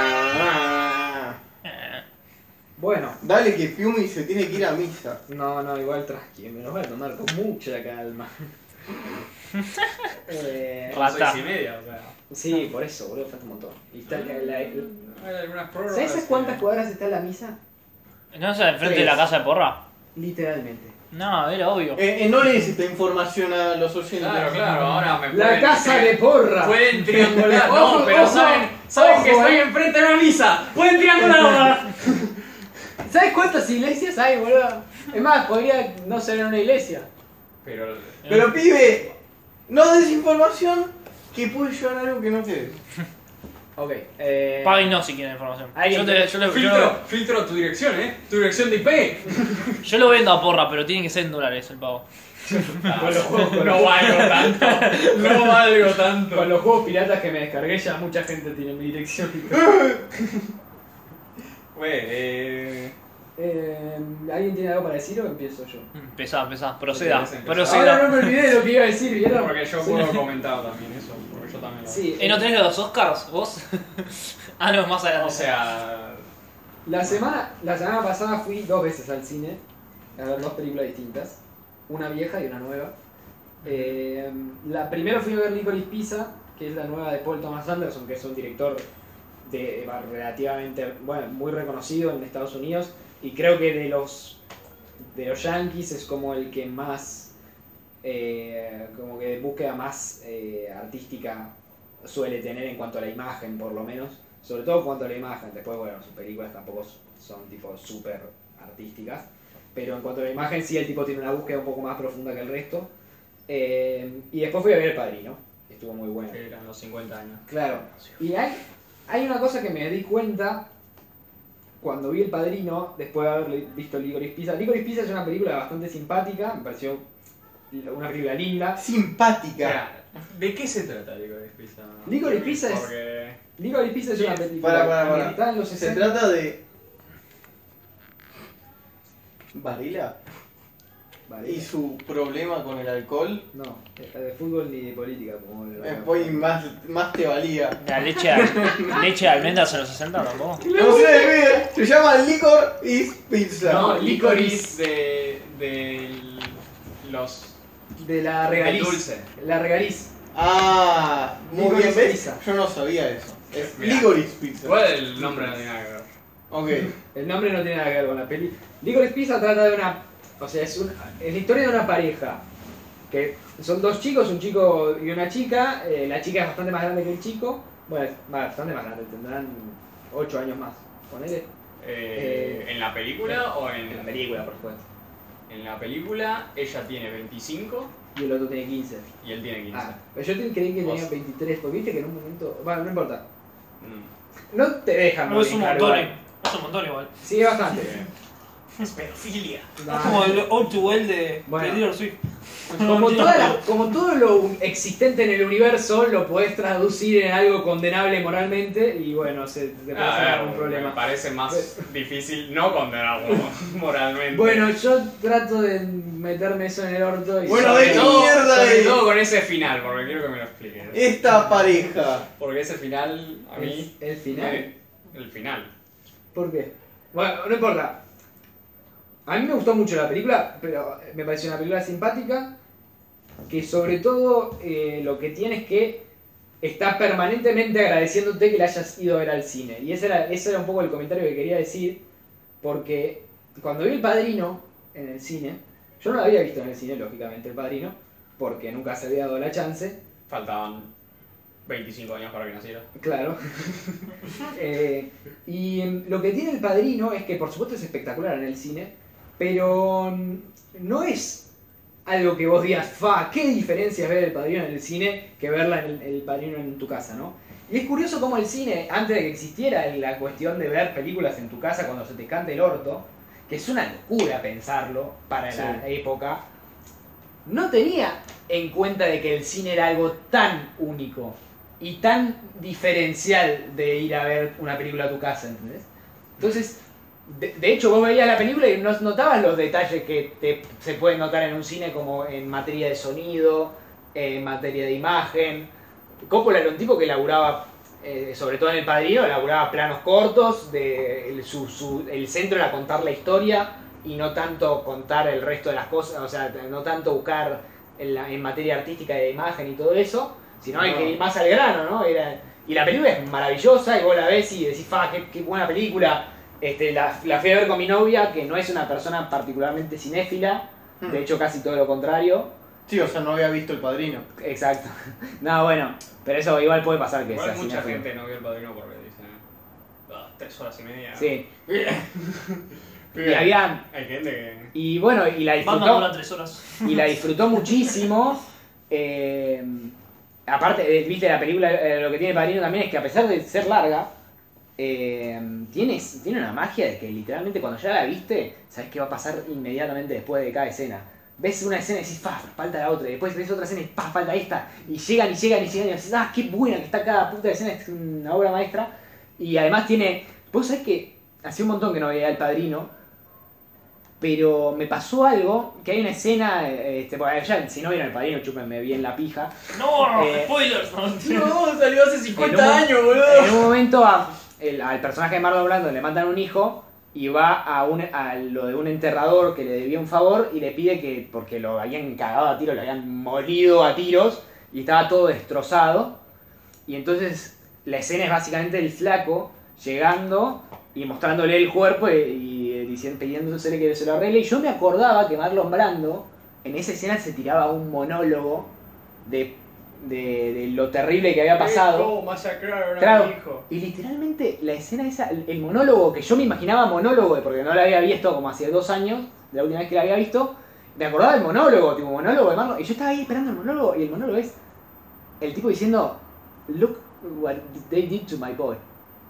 ¡Prórroga! Bueno, Dale que Fiumi se tiene que ir a misa. no, no, igual Trasky me lo va a tomar con mucha calma. Eh, Rata. Seis y media, o sea. sí, por eso, boludo, falta un montón. Y está la- la- Hay algunas prórrogas. ¿Sabes a que- cuántas cuadras está la misa? ¿No es al frente de la Tres. casa de porra? Literalmente. No, era obvio. Eh, eh, no le des esta información a los oyentes. Claro, claro, ahora me La pueden- casa de porra. Pueden triangular, no, Ojo, pero ojo, saben, saben que ojo, estoy eh. enfrente de una misa. Pueden triangular. ¿Sabes cuántas iglesias hay, boludo? Es más, podría no ser en una iglesia. pero Pero pibe, no des información que puede llevar a algo que no quede. Ok, eh. Paguen no si quieren información. Ahí Yo, te- yo le- yo filtro, filtro tu dirección, ¿eh? Tu dirección de IP. lo- yo lo vendo a porra, pero tiene que ser en dólares el pago. Ah, No valgo tanto. No valgo tanto. Con los juegos piratas que me descargué ya mucha gente tiene mi dirección. Güey, eh, Eh, ¿Alguien tiene algo para decir o empiezo yo? Mm, Pesá, pesá, proceda. Empezá, empezá. proceda. Ahora no me olvidé de lo que iba a decir, ¿vieron? Porque yo puedo comentar también eso. Porque yo también lo Sí, Eh, ¿No tenés los Oscars vos? ah, no, más adelante. O sea. la, semana, la semana pasada fui dos veces al cine a ver dos películas distintas, una vieja y una nueva. Eh, la primero fui a ver Licorice Pizza, que es la nueva de Paul Thomas Anderson, que es un director de, relativamente bueno, muy reconocido en Estados Unidos y creo que de los de los Yankees es como el que más eh, como que de búsqueda más eh, artística suele tener en cuanto a la imagen por lo menos sobre todo en cuanto a la imagen después bueno sus películas tampoco son tipo súper artísticas pero en cuanto a la imagen sí el tipo tiene una búsqueda un poco más profunda que el resto Eh, y después fui a ver El Padrino estuvo muy bueno que eran los 50 años. Claro. Y hay, hay una cosa que me di cuenta cuando vi El Padrino, después de haber visto Licorice Pizza. Licorice Pizza es una película bastante simpática, me pareció una película linda. Simpática. Espera, ¿De qué se trata Licorice Pizza? Licorice Pizza es- Porque- Licorice Pizza es una Sí, película para, para, para. ambientada en los Se 60. trata de. Varela Vale. y su problema con el alcohol. No, de, de fútbol ni de política. Como de- Eh, voy más, más te valía. La leche de, leche de almendras a los 60 tampoco. No sé, pibe, se llama Licor is Pizza. No, Licorice de. de. los. De la del regaliz. dulce. La regaliz. Ah, muy Licorice bien, ¿ves? Pizza. Yo no sabía eso. Es Mirá. Ligoris Pizza. ¿Cuál es el nombre de la vinagre? Ok. El nombre no tiene nada que ver con la peli. Licorice Pizza trata de una. O sea, es, una, es la historia de una pareja. Que son dos chicos, un chico y una chica. eh, la chica es bastante más grande que el chico. Bueno, es bastante más grande, tendrán 8 años más. Ponele. Eh, ¿En la película o en.? En la película, por supuesto. En la película ella tiene 25 Y el otro tiene 15. y él tiene 15. Ah, pero yo te creí que Vos. tenía 23, porque viste que en un momento. Bueno, no importa. Mm. No te dejan. No es un manejar, montón, igual. es un montón igual. Sí, bastante. Es pedofilia. No. Es como el All Too Well de, Bueno. de Taylor Swift. Pues Como, toda la- como todo lo existente en el universo lo podés traducir en algo condenable moralmente y bueno, se te Ah, pasa eh, algún Me problema. Pues. parece más difícil no condenarlo moralmente. Bueno, yo trato de meterme eso en el orto y... Bueno, Sobre de todo- mierda Sobre es. todo con ese final, porque quiero que me lo expliques. Eh. Esta pareja. Porque ese final, a mí. El, el final. me- el final. ¿Por qué? Bueno, no importa. A mí me gustó mucho la película, pero eh, me pareció una película simpática, que sobre todo eh, lo que tiene es que está permanentemente agradeciéndote que la hayas ido a ver al cine. Y ese era, ese era un poco el comentario que quería decir, porque cuando vi El Padrino en el cine, yo no la había visto en el cine, lógicamente, El Padrino, porque nunca se había dado la chance, Faltaban 25 años para que naciera. Claro. Eh, y mm, lo que tiene el padrino es que, por supuesto, es espectacular en el cine, pero mm, no es algo que vos digas, fa, qué diferencia es ver el padrino en el cine que verla en el, el padrino en tu casa, ¿no? Y es curioso cómo el cine, antes de que existiera la cuestión de ver películas en tu casa cuando se te cante el orto, que es una locura pensarlo para la época, no tenía en cuenta de que el cine era algo tan único y tan diferencial de ir a ver una película a tu casa, ¿entendés? Entonces, de, de hecho, vos veías la película y no notabas los detalles que te- se eh, pueden notar en un cine, como en materia de sonido, en materia de imagen, Coppola era un tipo que laburaba, eh, sobre todo en El Padrino, laburaba planos cortos, de, el, su- su- el centro era contar la historia y no tanto contar el resto de las cosas, o sea, no tanto buscar en, la- en materia artística de imagen y todo eso, sino hay No. que ir más al grano, ¿no? Era, y la película es maravillosa y vos la ves y decís, fa, qué, qué buena película. Este, la, la fui a ver con mi novia, que no es una persona particularmente cinéfila, de hecho casi todo lo contrario. Sí, o sea, no había visto el padrino. Exacto. No, bueno, pero eso igual puede pasar que Igual sea mucha cinéfilo. gente no vio el padrino porque dicen. "Ah, tres horas y media. Sí. Y Pibe, había Hay gente que. y bueno, y la Batman dura disfrutó tres horas. y la disfrutó muchísimo. Eh, aparte, eh, viste la película eh, lo que tiene Padrino también es que a pesar de ser larga eh, tiene, tiene una magia de que literalmente cuando ya la viste, sabes qué va a pasar inmediatamente después de cada escena. Ves una escena y decís, "Fa, falta la otra, y después ves otra escena y "Fa, falta esta, y llegan y llegan y llegan y decís, ah, qué buena que está cada puta escena, es una obra maestra. Y además tiene, vos sabés que hace un montón que no veía El Padrino, pero me pasó algo, que hay una escena, eh, este, bueno, ya, si no vieron El Padrino, chúpenme bien la pija, No, Eh, spoilers. No, mentira. No, salió hace 50 Pero- años, En boludo. un momento a- el- al personaje de Marlon Brando le matan un hijo y va a, un, a lo de un enterrador que le debía un favor y le pide que, porque lo habían cagado a tiros, lo habían molido a tiros y estaba todo destrozado. Y entonces la escena es básicamente el flaco llegando y mostrándole el cuerpo y, y eh, diciendo, pidiéndosele que se lo arregle. Y yo me acordaba que Marlon Brando en esa escena se tiraba un monólogo de, de- de lo terrible que había pasado. "Eh, ¿Cómo masacraron a Claro. mi hijo? Y literalmente la escena esa, el el monólogo que yo me imaginaba monólogo, porque no la había visto como hace dos años, la última vez que la había visto, me acordaba del monólogo, tipo monólogo de Marlon, y yo estaba ahí esperando el monólogo, y el monólogo es el tipo diciendo, look what they did to my boy.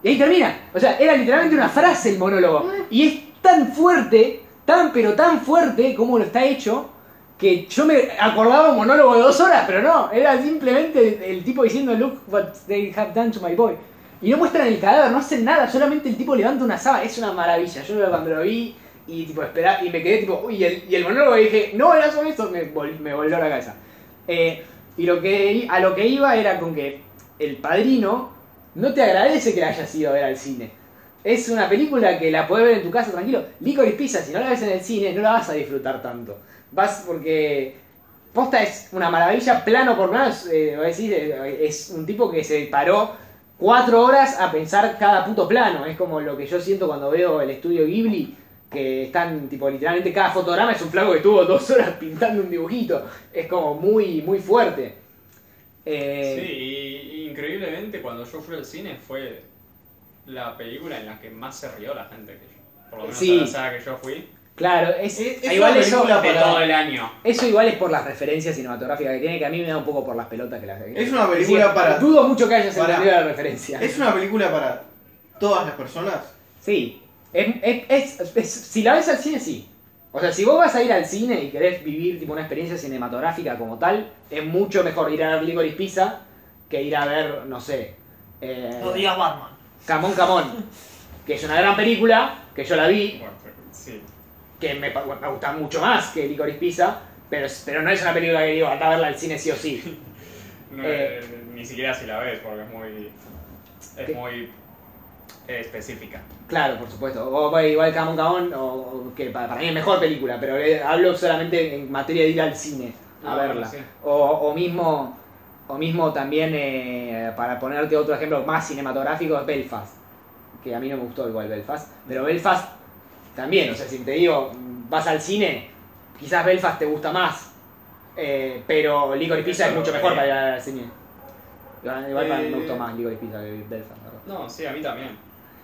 Y ahí termina, o sea, era literalmente una frase el monólogo, y es tan fuerte, tan pero tan fuerte como lo está hecho, que yo me acordaba un monólogo de dos horas, pero no, era simplemente el tipo diciendo, look what they have done to my boy. Y no muestran el cadáver, no hacen nada, solamente el tipo levanta una sábana, es una maravilla. Yo cuando lo vi y tipo esperá, y me quedé tipo, uy, y el, y el monólogo y dije, no, era solo eso, me, vol- me volvió la cabeza. Eh, y lo que, i- a lo que iba era con que el padrino no te agradece que la hayas ido a ver al cine. Es una película que la puedes ver en tu casa tranquilo. Licorice Pizza, si no la ves en el cine, no la vas a disfrutar tanto. Vas porque Posta es una maravilla, plano por plano, es, eh, voy a decir, eh, es un tipo que se paró cuatro horas a pensar cada puto plano. Es como lo que yo siento cuando veo el estudio Ghibli, que están, tipo, literalmente cada fotograma es un flaco que estuvo dos horas pintando un dibujito. Es como muy, muy fuerte. Eh, Sí, y, y increíblemente cuando yo fui al cine fue la película en la que más se rió la gente que yo. Por lo menos Sí. a la sala que yo fui. Claro, es, Es- es igual una eso, película De para- todo el año. eso igual es por las referencias cinematográficas que tiene, que a mí me da un poco por las pelotas que las... Es una película para- Dudo mucho que hayas para- entendido la referencia. Es una película para todas las personas. Sí. Es, es- es- es- si la ves al cine, sí. O sea, si vos vas a ir al cine y querés vivir tipo una experiencia cinematográfica como tal, es mucho mejor ir a ver Licorice Pizza que ir a ver, no sé, eh, No digas Batman. Camón Camón, que es una gran película, que yo la vi, Bueno, pero- sí. que me, pa- me gusta mucho más que Licorice Pizza, pero, es- pero no es una película que digo, anda a verla al cine sí o sí. No, Eh. eh, ni siquiera si la ves porque es muy. Es ¿Qué? muy eh, específica. Claro, por supuesto. O bueno, igual Camón Camón, o, o que para, para mí es mejor película, pero eh, hablo solamente en materia de ir al cine a Ah, verla. sí. O, o mismo o mismo también, eh, para ponerte otro ejemplo más cinematográfico, es Belfast. Que a mí no me gustó igual Belfast. Pero Belfast también, o sea, si te digo, vas al cine, quizás Belfast te gusta más. eh, pero Licorice Pizza Eso es lo mucho mejor para ir vería. al cine. Igual igual para mí me Eh. gustó más Licorice Pizza que Belfast. la verdad. No, sí, a mí también.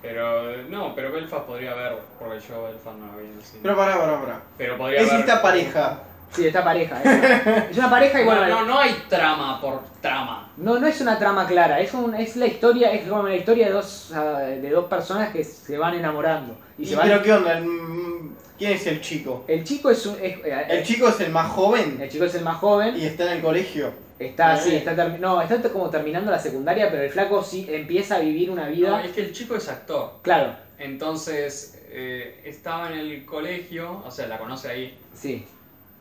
Pero eh, no, pero Belfast podría ver, porque yo Belfast no la vi en el cine. Pero pará, pará, pará. Pero podría Es ver. esta pareja. Sí, está pareja. Es una, es una pareja y bueno. No, no, no hay trama por trama. No, no es una trama clara, es, un, es la historia, es como la historia de dos, ah, de dos personas que se van enamorando. Y Y se van- pero qué onda, Mm, ¿quién es el chico? El chico es un. es- eh, El chico es el más el joven chico es el más joven. y está en el colegio. Está Eh. así, está termi- no, está t- como terminando la secundaria, pero el flaco sí empieza a vivir una No, vida. es que el chico es actor. Claro, Entonces eh, estaba en el colegio, o sea, la conoce ahí, sí.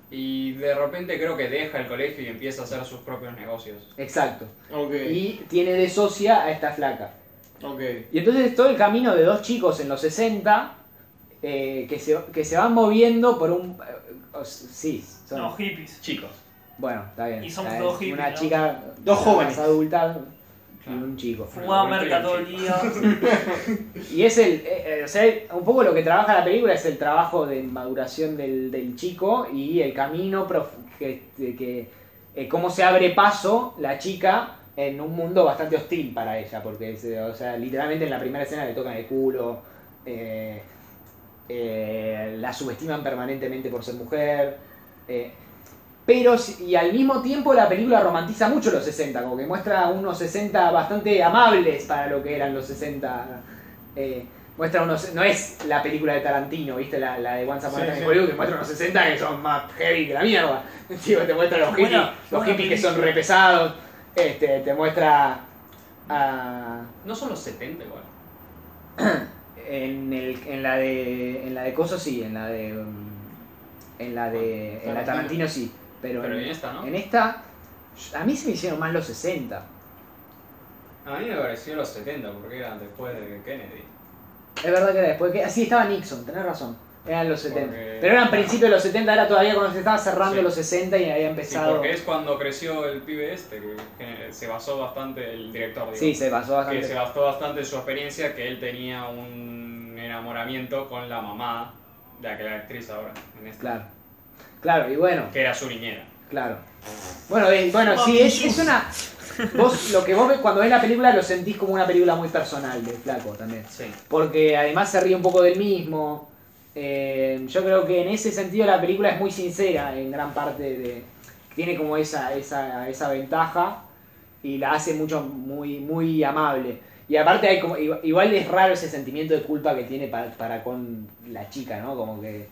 Y de repente creo que deja el colegio y empieza a hacer sus propios negocios. Exacto. Ok, Y tiene de socia a esta flaca. ok. Y entonces todo el camino de dos chicos en los 60 eh, que, se, que se van moviendo por un... eh, oh, sí, son... No, hippies. Chicos. Bueno, está bien. Y somos está dos bien. hippies, Una ¿no? chica... Dos jóvenes. más adulta y Mm. Claro. un chico. Fumaba merca todo el día. Y es el... eh, eh, o sea, un poco lo que trabaja la película es el trabajo de maduración del, del chico y el camino prof- que... que eh, cómo se abre paso la chica en un mundo bastante hostil para ella, porque es, eh, o sea, literalmente en la primera escena le tocan el culo, eh, eh, la subestiman permanentemente por ser mujer, eh, pero si- y al mismo tiempo la película romantiza mucho los 60, como que muestra unos 60 bastante amables para lo que eran los 60. eh, muestra unos, no es la película de Tarantino, viste la, la de Once Sí, Upon a Time in sí. Hollywood, que muestra unos 60 que son más heavy que la mierda. Tipo, te muestra los hippies, Buena- los buena hippies que son película. repesados. Este, te muestra ah, a- No son los 70 igual. en, el, en la de en la de Coso sí, en la de um, en la de en la Tarantino. Tarantino sí, pero, Pero en en, esta, ¿no? en esta a mí se me hicieron más los 60. A mí me pareció los 70 porque eran después de Kennedy. Es verdad que era después que así estaba Nixon, tenés razón. Eran los 70. Porque- Pero eran principios de los 70, era todavía cuando se estaba cerrando Sí. los 60 y había Sí, empezado. porque es cuando creció el pibe este, que, que se basó bastante el director, digo, Sí, se pasó que bastante. se basó bastante en su experiencia que él tenía un enamoramiento con la mamá de aquella actriz ahora, en esta, Claro. Claro, y bueno, que era su niñera. Claro. Bueno, eh, bueno sí, es, es una. Vos, lo que vos ves cuando ves la película lo sentís como una película muy personal del flaco también. Sí. Porque además se ríe un poco del mismo. Eh, yo creo que en ese sentido la película es muy sincera en gran parte de. Tiene como esa, esa, esa ventaja y la hace mucho muy, muy amable. Y aparte hay como. igu- Igual es raro ese sentimiento de culpa que tiene para, para con la chica, ¿no? Como que.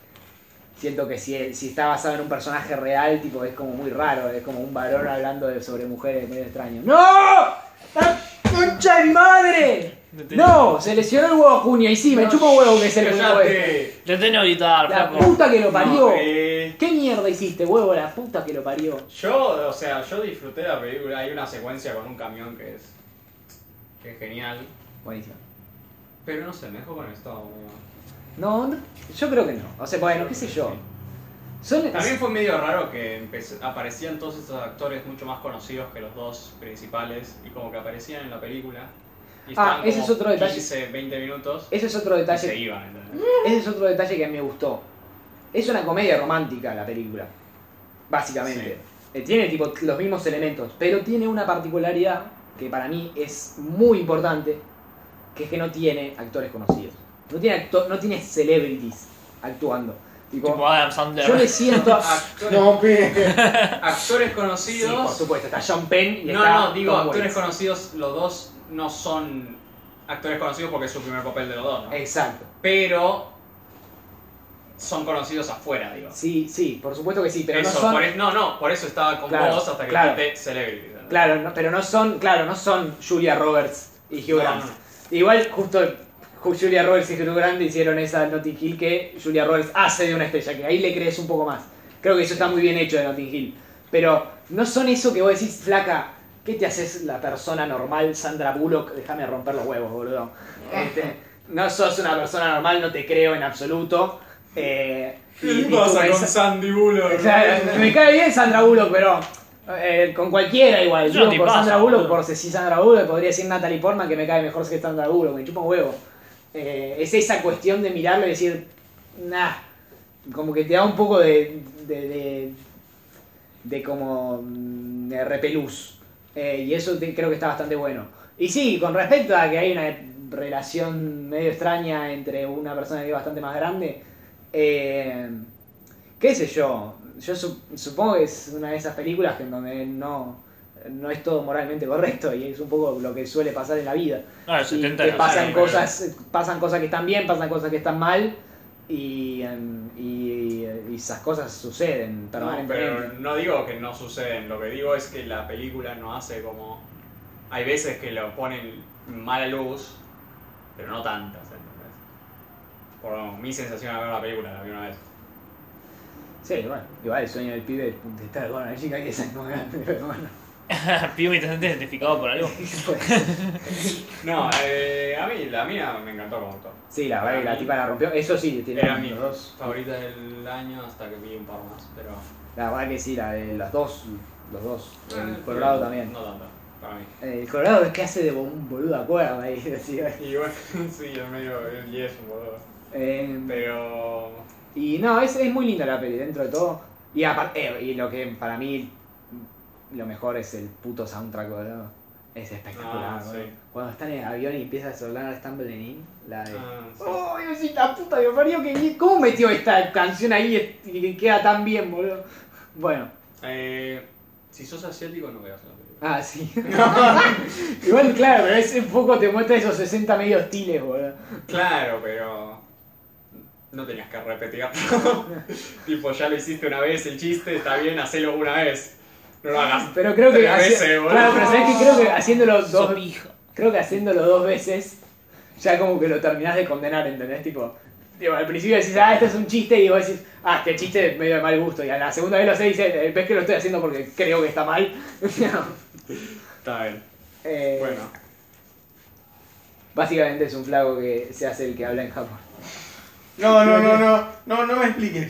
Siento que si, si está basado en un personaje real, tipo, es como muy raro, es como un varón hablando de, sobre mujeres medio extraño. ¡No! ¡La concha de mi madre! ¡No! Se lesionó el huevo Cunha y sí, eh, me chupo huevo que se lesionó el huevo. ¡Cállate! Te tengo que gritar, La flaco. puta que lo parió. No, eh, ¿Qué mierda hiciste, huevo? La puta que lo parió. Yo, o sea, yo disfruté la película. Hay una secuencia con un camión que es, que es genial, Buenísimo. pero no sé, me dejó con el estómago. ¿no? No, no, yo creo que no. O sea, bueno, qué sé yo. Son, También fue medio raro que empe- aparecían todos estos actores mucho más conocidos que los dos principales y como que aparecían en la película. Ah, Y estaban ese como es otro detalle. 15, 20 minutos ese es otro y se detalle. iban. ¿entendés? Ese es otro detalle que me gustó. Es una comedia romántica la película. Básicamente. Eh, Tiene tipo los mismos elementos. Pero tiene una particularidad que para mí es muy importante. Que es que no tiene actores conocidos. No tiene, acto- no tiene celebrities actuando. Tipo, Tipo Adam yo le Sandler. siento. Actores, No, pibe. actores Sí, por conocidos. supuesto, está John Penn y no, está no, digo Tom actores Waits. conocidos. Los dos no son actores conocidos porque es su primer papel de los dos. ¿no? Exacto. Pero son conocidos afuera, digo. Sí, sí, por supuesto que sí, pero Eso, no son. por e- no, no, por eso estaba con Claro, vos hasta que claro. dijiste celebrity. ¿entendés? Claro, no- pero no son, claro, no son Julia Roberts y Hugh No, Grant. Igual justo ju- Julia Roberts y Hugh Grant hicieron esa Notting Hill que Julia Roberts hace de una estrella, que ahí le crees un poco más. Creo que eso está muy bien hecho de Notting Hill. Pero no son eso que vos decís, flaca, ¿qué te haces la persona normal, Sandra Bullock? Déjame romper los huevos, boludo. Este, no sos una persona normal, no te creo en absoluto. Eh, y- y tu mensa- Sandy Bullock? Claro, me cae bien Sandra Bullock, pero eh, con cualquiera igual. Yo Yo te por paso, Sandra Bullock, boludo. por si Sandra Bullock, podría decir Natalie Portman que me cae mejor que Sandra Bullock, me chupa un huevo. Eh, es esa cuestión de mirarlo y decir, nah, como que te da un poco de. de, de, de como. mm, de repelús. Eh, y eso te- creo que está bastante bueno. Y sí, con respecto a que hay una relación medio extraña entre una persona que es bastante más grande, eh, qué sé yo, yo su- supongo que es una de esas películas que en donde no, no es todo moralmente correcto y es un poco lo que suele pasar en la vida. Ah, el Y 70 que no, pasan sí, cosas, pasan cosas que están bien, pasan cosas que están mal y, em, y- y esas cosas suceden No, permanentemente. pero no digo que no suceden, lo que digo es que la película no hace como... Hay veces que lo ponen mala luz, pero no tantas, ¿entendés? Por lo menos, mi sensación al ver la película, la vi una vez. Sí, bueno, igual el sueño del pibe es estar con una chica que es más grande, pero bueno. Pibe interesante identificado por algo. No, eh, a mí la mía me encantó como actor. Sí, la verdad que la tipa la rompió. Eso sí, tiene Era mi los dos. favorita del año hasta que vi un par más, pero... La verdad que sí, la de los dos. Los dos. Ah, El Colorado también. Ah, No tanto, para mí. El Colorado es que hace de un boludo a cuerda ahí, decía. Y bueno, sí, es medio... es- Y es un boludo. Em, Pero... Y no, es, es muy linda la peli, dentro de todo. Y aparte, eh, y lo que para mí lo mejor es el puto soundtrack, boludo. Es espectacular, Ah, sí. boludo. Cuando están en el avión y empieza a sonar Stumble In, la de. ah, sí. ¡Oh, Dios, sí, la puta que parió! Que, bien! ¿Cómo metió esta canción ahí y que queda tan bien, boludo? Bueno, Eh, si sos asiático no veas la película. ah, sí. Igual, claro, pero ese poco te muestra esos 60 medios tiles, boludo. Claro, pero... No tenías que repetirlo. tipo, ya lo hiciste una vez el chiste, está bien, hacelo una vez. No lo hagas Pero creo que. Tres haci- veces, boludo. claro, pero sabes que creo que haciéndolo dos, Sos pija. Creo que haciéndolo dos veces, ya como que lo terminás de condenar, ¿entendés? Tipo, digo, al principio decís, ah, este es un chiste, y vos decís, ah, este chiste es medio de mal gusto, y a la segunda vez lo sé y dices, "Eh, ves que lo estoy haciendo porque creo que está mal. No. Está bien. Eh, Bueno, Básicamente es un flaco que se hace el que habla en Japón. No, no, no, no, no, no me expliques.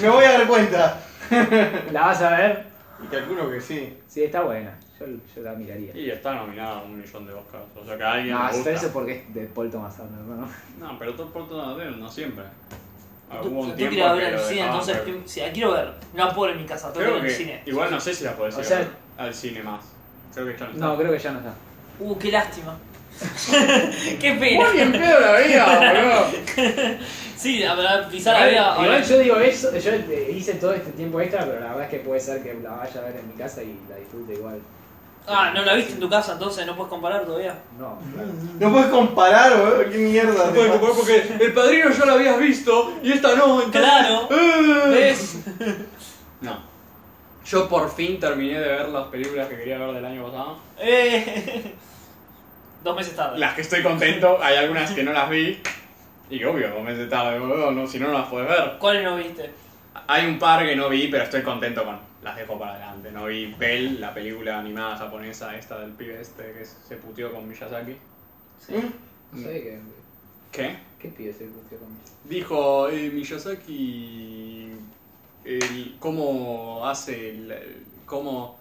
Me voy a dar cuenta. ¿La vas a ver? Y calculo que sí. Sí, está buena. Yo, yo la miraría. y está nominada a un millón de Oscars. O sea que a alguien No, le gusta. pero eso es porque es de Paul Thomas Anderson, ¿no? No, pero todo por todo de él, no siempre. Tú, Hubo un tú tiempo querías ver que al lo cine, dejaban, entonces pero- ¿qué- sí, la quiero ver. No la puedo ver en mi casa, tengo que Creo ver en que, el cine. igual no sé si la podés O ir sea- a ver al cine más. Creo que ya no está. No, creo que ya no está. Uh, qué lástima. qué pena. Muy bien pedo la vida, Sí, a ver, quizá la vea. ahora. Igual yo digo eso, yo eh, hice todo este tiempo extra, pero la verdad es que puede ser que la vaya a ver en mi casa y la disfrute igual. Ah, no la viste en tu casa, entonces no puedes comparar todavía. No, claro. boludo. No puedes comparar, boludo. Qué mierda. Bueno, bueno, porque el padrino ya lo habías visto y esta no, entonces- Ah. Claro. ¿Ves? No. Yo por fin terminé de ver las películas que quería ver del año pasado. Eh, Dos meses tarde. Las que estoy contento, hay algunas que no las vi. Y que obvio, dos meses tarde, boludo, "Oh, no, si no, no las podés ver. ¿Cuáles no viste? Hay un par que no vi, pero estoy contento con. Las dejo para adelante. No vi Bell, la película animada japonesa esta del pibe este que se puteó con Miyazaki. ¿Mm? Mm. No sé qué, ¿Qué? qué pibe se gustió con Dijo eh, Miyazaki el- cómo hace, el- el- cómo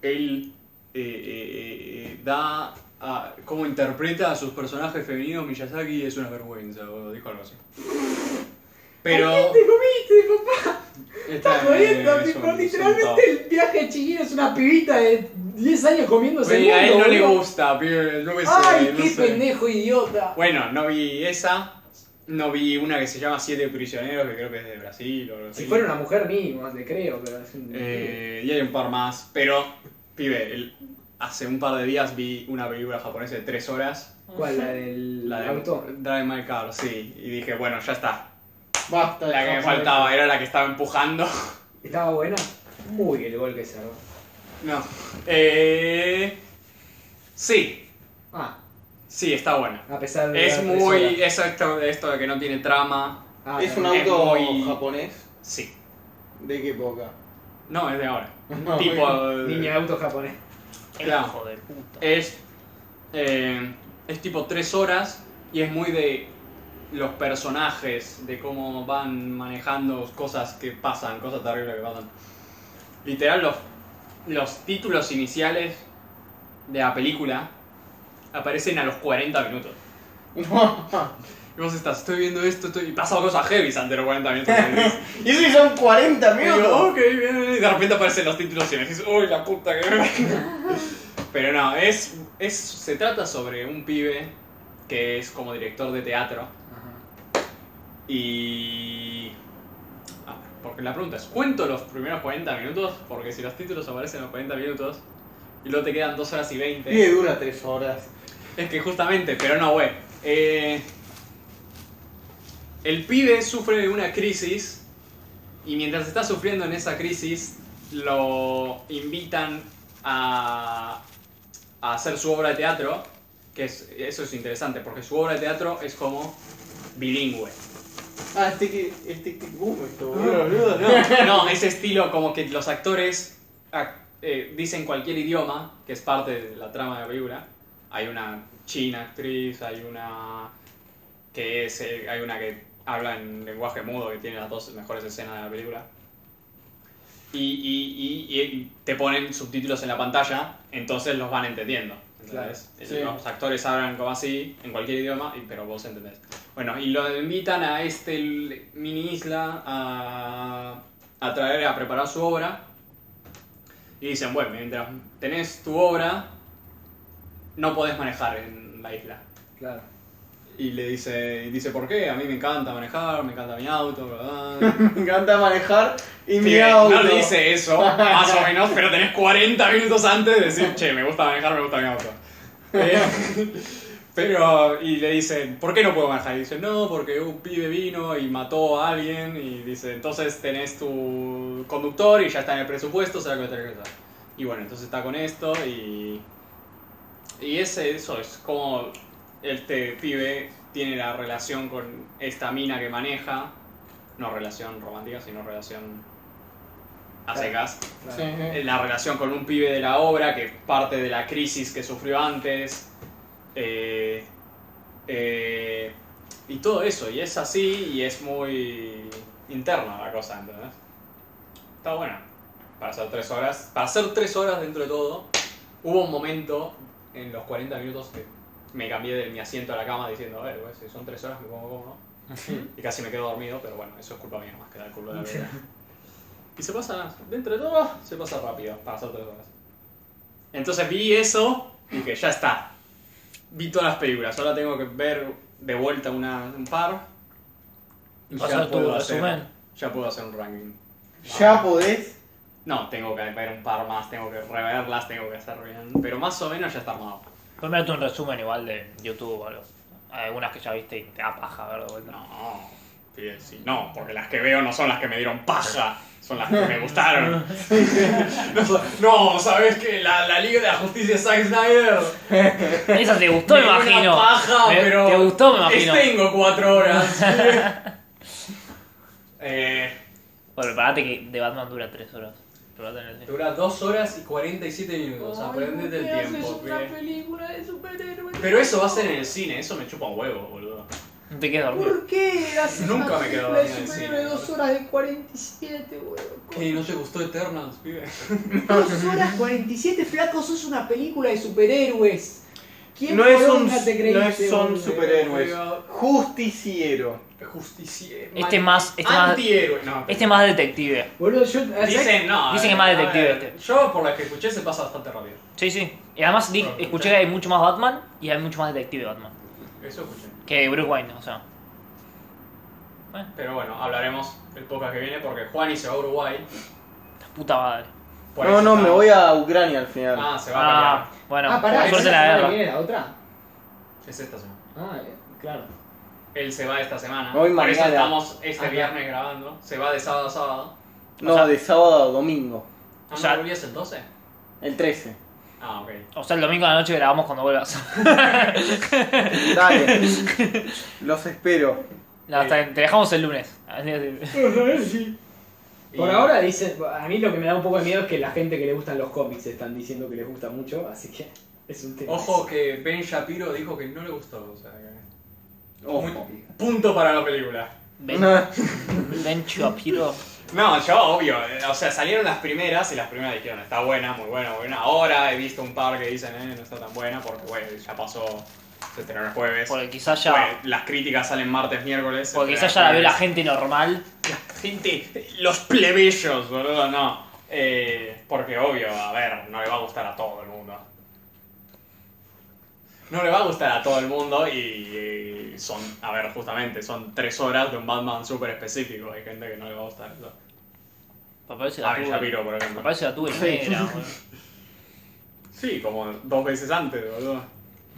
él eh, eh, eh, da, a- cómo interpreta a sus personajes femeninos Miyazaki es una vergüenza, o dijo algo así. Pero... comiste, papá? está Estás bien, jodiendo, es tipo, un- es un top. literalmente el viaje chillero es una pibita de 10 años comiéndose Güey, Pues, a el él mundo. no le boludo. gusta, pibe, yo qué sé, Ay, no qué sé. pendejo idiota. Bueno, no vi esa, no vi una que se llama Siete Prisioneros, que creo que es de Brasil o algo Si así. fuera una mujer mínimo, le creo, pero es un... Eh, y hay un par más, pero, pibe, el- hace un par de días vi una película japonesa de tres horas. ¿Cuál? La del La de auto. Drive My Car, sí. Y dije, bueno, ya está. Basta. La que me faltaba era la que estaba empujando. ¿Estaba buena? Mm. Uy, el gol que se armó. No. Eh, sí, Ah, sí, está buena. a pesar de... Es la muy. impresora. Eso, esto, esto de que no tiene trama. Ah, Es un no. Es auto muy- japonés. Sí. ¿De qué época? No, es de ahora. No, tipo. Niño de auto japonés. Claro. Hijo de puta. Es, eh, es tipo tres horas y es muy de los personajes, de cómo van manejando cosas que pasan, cosas terribles que pasan. Literal, los, los títulos iniciales de la película aparecen a los 40 minutos. Y vos estás, estoy viendo esto, estoy... y pasan cosas heavy ante los 40 minutos. y eso que son 40 Y digo, minutos. ok, bien, bien. Y de repente aparecen los títulos y me dices, uy, la puta que Pero no, es, es, se trata sobre un pibe que es como director de teatro Ajá. y... Ah, porque la pregunta es, ¿cuento los primeros 40 minutos? Porque si los títulos aparecen a los 40 minutos y luego te quedan 2 horas y 20... Y dura 3 horas. Es que justamente, pero no, güey. Eh, el pibe sufre de una crisis y mientras está sufriendo en esa crisis lo invitan a, a hacer su obra de teatro, que es, eso es interesante porque su obra de teatro es como bilingüe. Ah, es Tic es tic, tic, boom esto, boludo, boludo, no. No, ese estilo como que los actores ac- eh, dicen cualquier idioma, que es parte de la trama de la película. Hay una china actriz, hay una que es, eh, hay una que habla en lenguaje mudo, que tiene las dos mejores escenas de la película. Y, y- y- y te ponen subtítulos en la pantalla, entonces los van entendiendo. ¿entendés? Claro, sí. Eh, Los actores hablan como así, en cualquier idioma, y- pero vos entendés. Bueno, y lo invitan a este l- mini isla a, a traer, a preparar su obra. Y dicen, bueno, mientras tenés tu obra, no podés manejar en la isla. Claro. Y le dice, y dice, ¿por qué? A mí me encanta manejar, me encanta mi auto, ¿verdad? Me encanta manejar y mi Sí, auto. No le dice eso, más o menos, pero tenés 40 minutos antes de decir, che, me gusta manejar, me gusta mi auto. Eh, pero, y le dicen, ¿por qué no puedo manejar? Y dice, no, porque un pibe vino y mató a alguien. Y dice, entonces tenés tu conductor y ya está en el presupuesto, será que lo tenés que usar. Y bueno, entonces está con esto y. Y ese, eso es como este pibe tiene la relación con esta mina que maneja. No relación romántica, sino relación a secas claro. Sí, sí. eh, la relación con un pibe de la obra que es parte de la crisis que sufrió antes. eh, eh, y todo eso, y es así y es muy interna la cosa, ¿entendés? Está buena. Para hacer tres horas, para hacer tres horas dentro de todo, hubo un momento en los 40 minutos que me cambié de mi asiento a la cama diciendo, a ver, güey, si son tres horas me pongo cómodo. y casi me quedo dormido, pero bueno, eso es culpa mía más que la culpa de la vida. Y se pasa, dentro de todo, se pasa rápido, pasa tres horas. Entonces vi eso y dije, ya está. Vi todas las películas, ahora tengo que ver de vuelta una, un par. Y Vas a ver tu resumen. ya puedo hacer un ranking. Ya podés. No, tengo que ver un par más, tengo que reverlas, tengo que hacer bien. Pero más o menos ya está armado. Pues mirate un resumen igual de YouTube o algo. Hay algunas que ya viste y te da paja, ¿verdad? No, sí, sí, no, porque las que veo no son las que me dieron paja, son las que me gustaron. No, son- no, sabes que la, la Liga de la Justicia de Zack Snyder. Esa te gustó, me dio una imagino. paja, Me- pero este- Te gustó, me imagino. les tengo cuatro horas. eh, Bueno, parate que de Batman dura 3 horas. Pero va a tener- dura dos horas y 47 minutos, aprendete el tiempo. pibe. película de superhéroes. Pero eso va a ser en el cine, eso me chupa un huevo, boludo. No te quedas dormido. ¿Por qué haces Nunca una me quedo película de dormido en el superhéroes cine, de 2 horas de 47, weón? ¿Qué? ¿No te gustó Eternals, pibe? 2 horas 47 flacos, sos una película de superhéroes. ¿Quién No es un. poronga te creíste, No es, son boludo? superhéroes. Justiciero. Justiciero. Este más. Este más, Antihéroe. No, este más detective. Boludo, yo. Dicen, no. Dicen eh, que más a detective este. ver, Yo, por lo que escuché, se pasa bastante rápido. Sí, sí. Y además di- Ah, escuché que hay mucho más Batman y hay mucho más detective Batman. Eso escuché. Que Bruce Wayne, o sea. Pero bueno, hablaremos el podcast que viene porque Juani se va a Uruguay. La puta madre. Por no, eso no, está- me voy a Ucrania al final. Ah, se va a Ah, cambiar. bueno, Ah, por pará, ¿es suerte la la semana que guerra. viene la otra? Es esta semana. Ah, eh, claro. Él se va esta semana. Me voy por eso mañana. estamos este Ajá. viernes grabando. Se va de sábado a sábado. no, o sea- de sábado a domingo. ¿Ah, O sea- ¿No volvías el 12? El 13. Ah, ok. O sea, el domingo de la noche grabamos cuando vuelvas. Dale. Los espero. No, hasta- te dejamos el lunes. Y- Por ahora dicen, a mí lo que me da un poco de miedo es que la gente que le gustan los cómics están diciendo que les gusta mucho, así que es un tema. Ojo que Ben Shapiro dijo que no le gustó. O sea, que- Ojo. Punto para la película. Ben, ben Shapiro. No, yo obvio, eh, o sea, salieron las primeras y las primeras dijeron, está buena, muy buena, muy buena. Ahora he visto un par que dicen, eh, no está tan buena porque, bueno, ya pasó, se estrenó el jueves. Porque quizás Bueno, ya. las críticas salen martes, miércoles. se Porque quizás ya estrenan la vio la jueves. gente normal. La gente, los plebeyos, boludo, no. Eh, porque obvio, a ver, no le va a gustar a todo el mundo. No le va a gustar a todo el mundo y eh, son, a ver, justamente, son tres horas de un Batman súper específico. Hay gente que no le va a gustar eso. Papá parece A la Ben tuve. Shapiro, por ejemplo. Papá parece la tuve negra, boludo. Sí, como dos veces antes, boludo.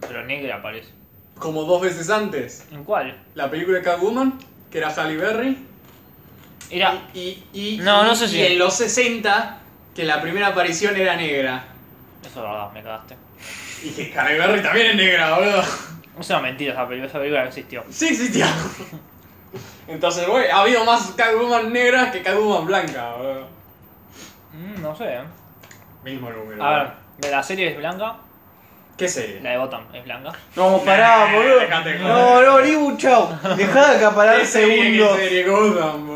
Pero negra parece. Como dos veces antes. ¿En cuál? La película de Catwoman, que era Halle Berry. Era. Y, y, No, y- no sé si- y en los 60, que la primera aparición era negra. Eso es verdad, me cagaste. Y que Halle Berry también es negra, boludo. Es una mentira esa película, esa película no existió. Sí existía. Entonces, güey, ha habido más Catwoman negras que Catwoman blanca, boludo. Mm, no sé. eh. Mismo número. A ver, de la serie es blanca, ¿Qué serie? la de Gotham es blanca. No, pará, Nah, boludo. dejate de joder. No, no, Libu, chao. Dejá de acaparar ¿Qué serie? ¿Qué segundos. serie? Gotham, boludo.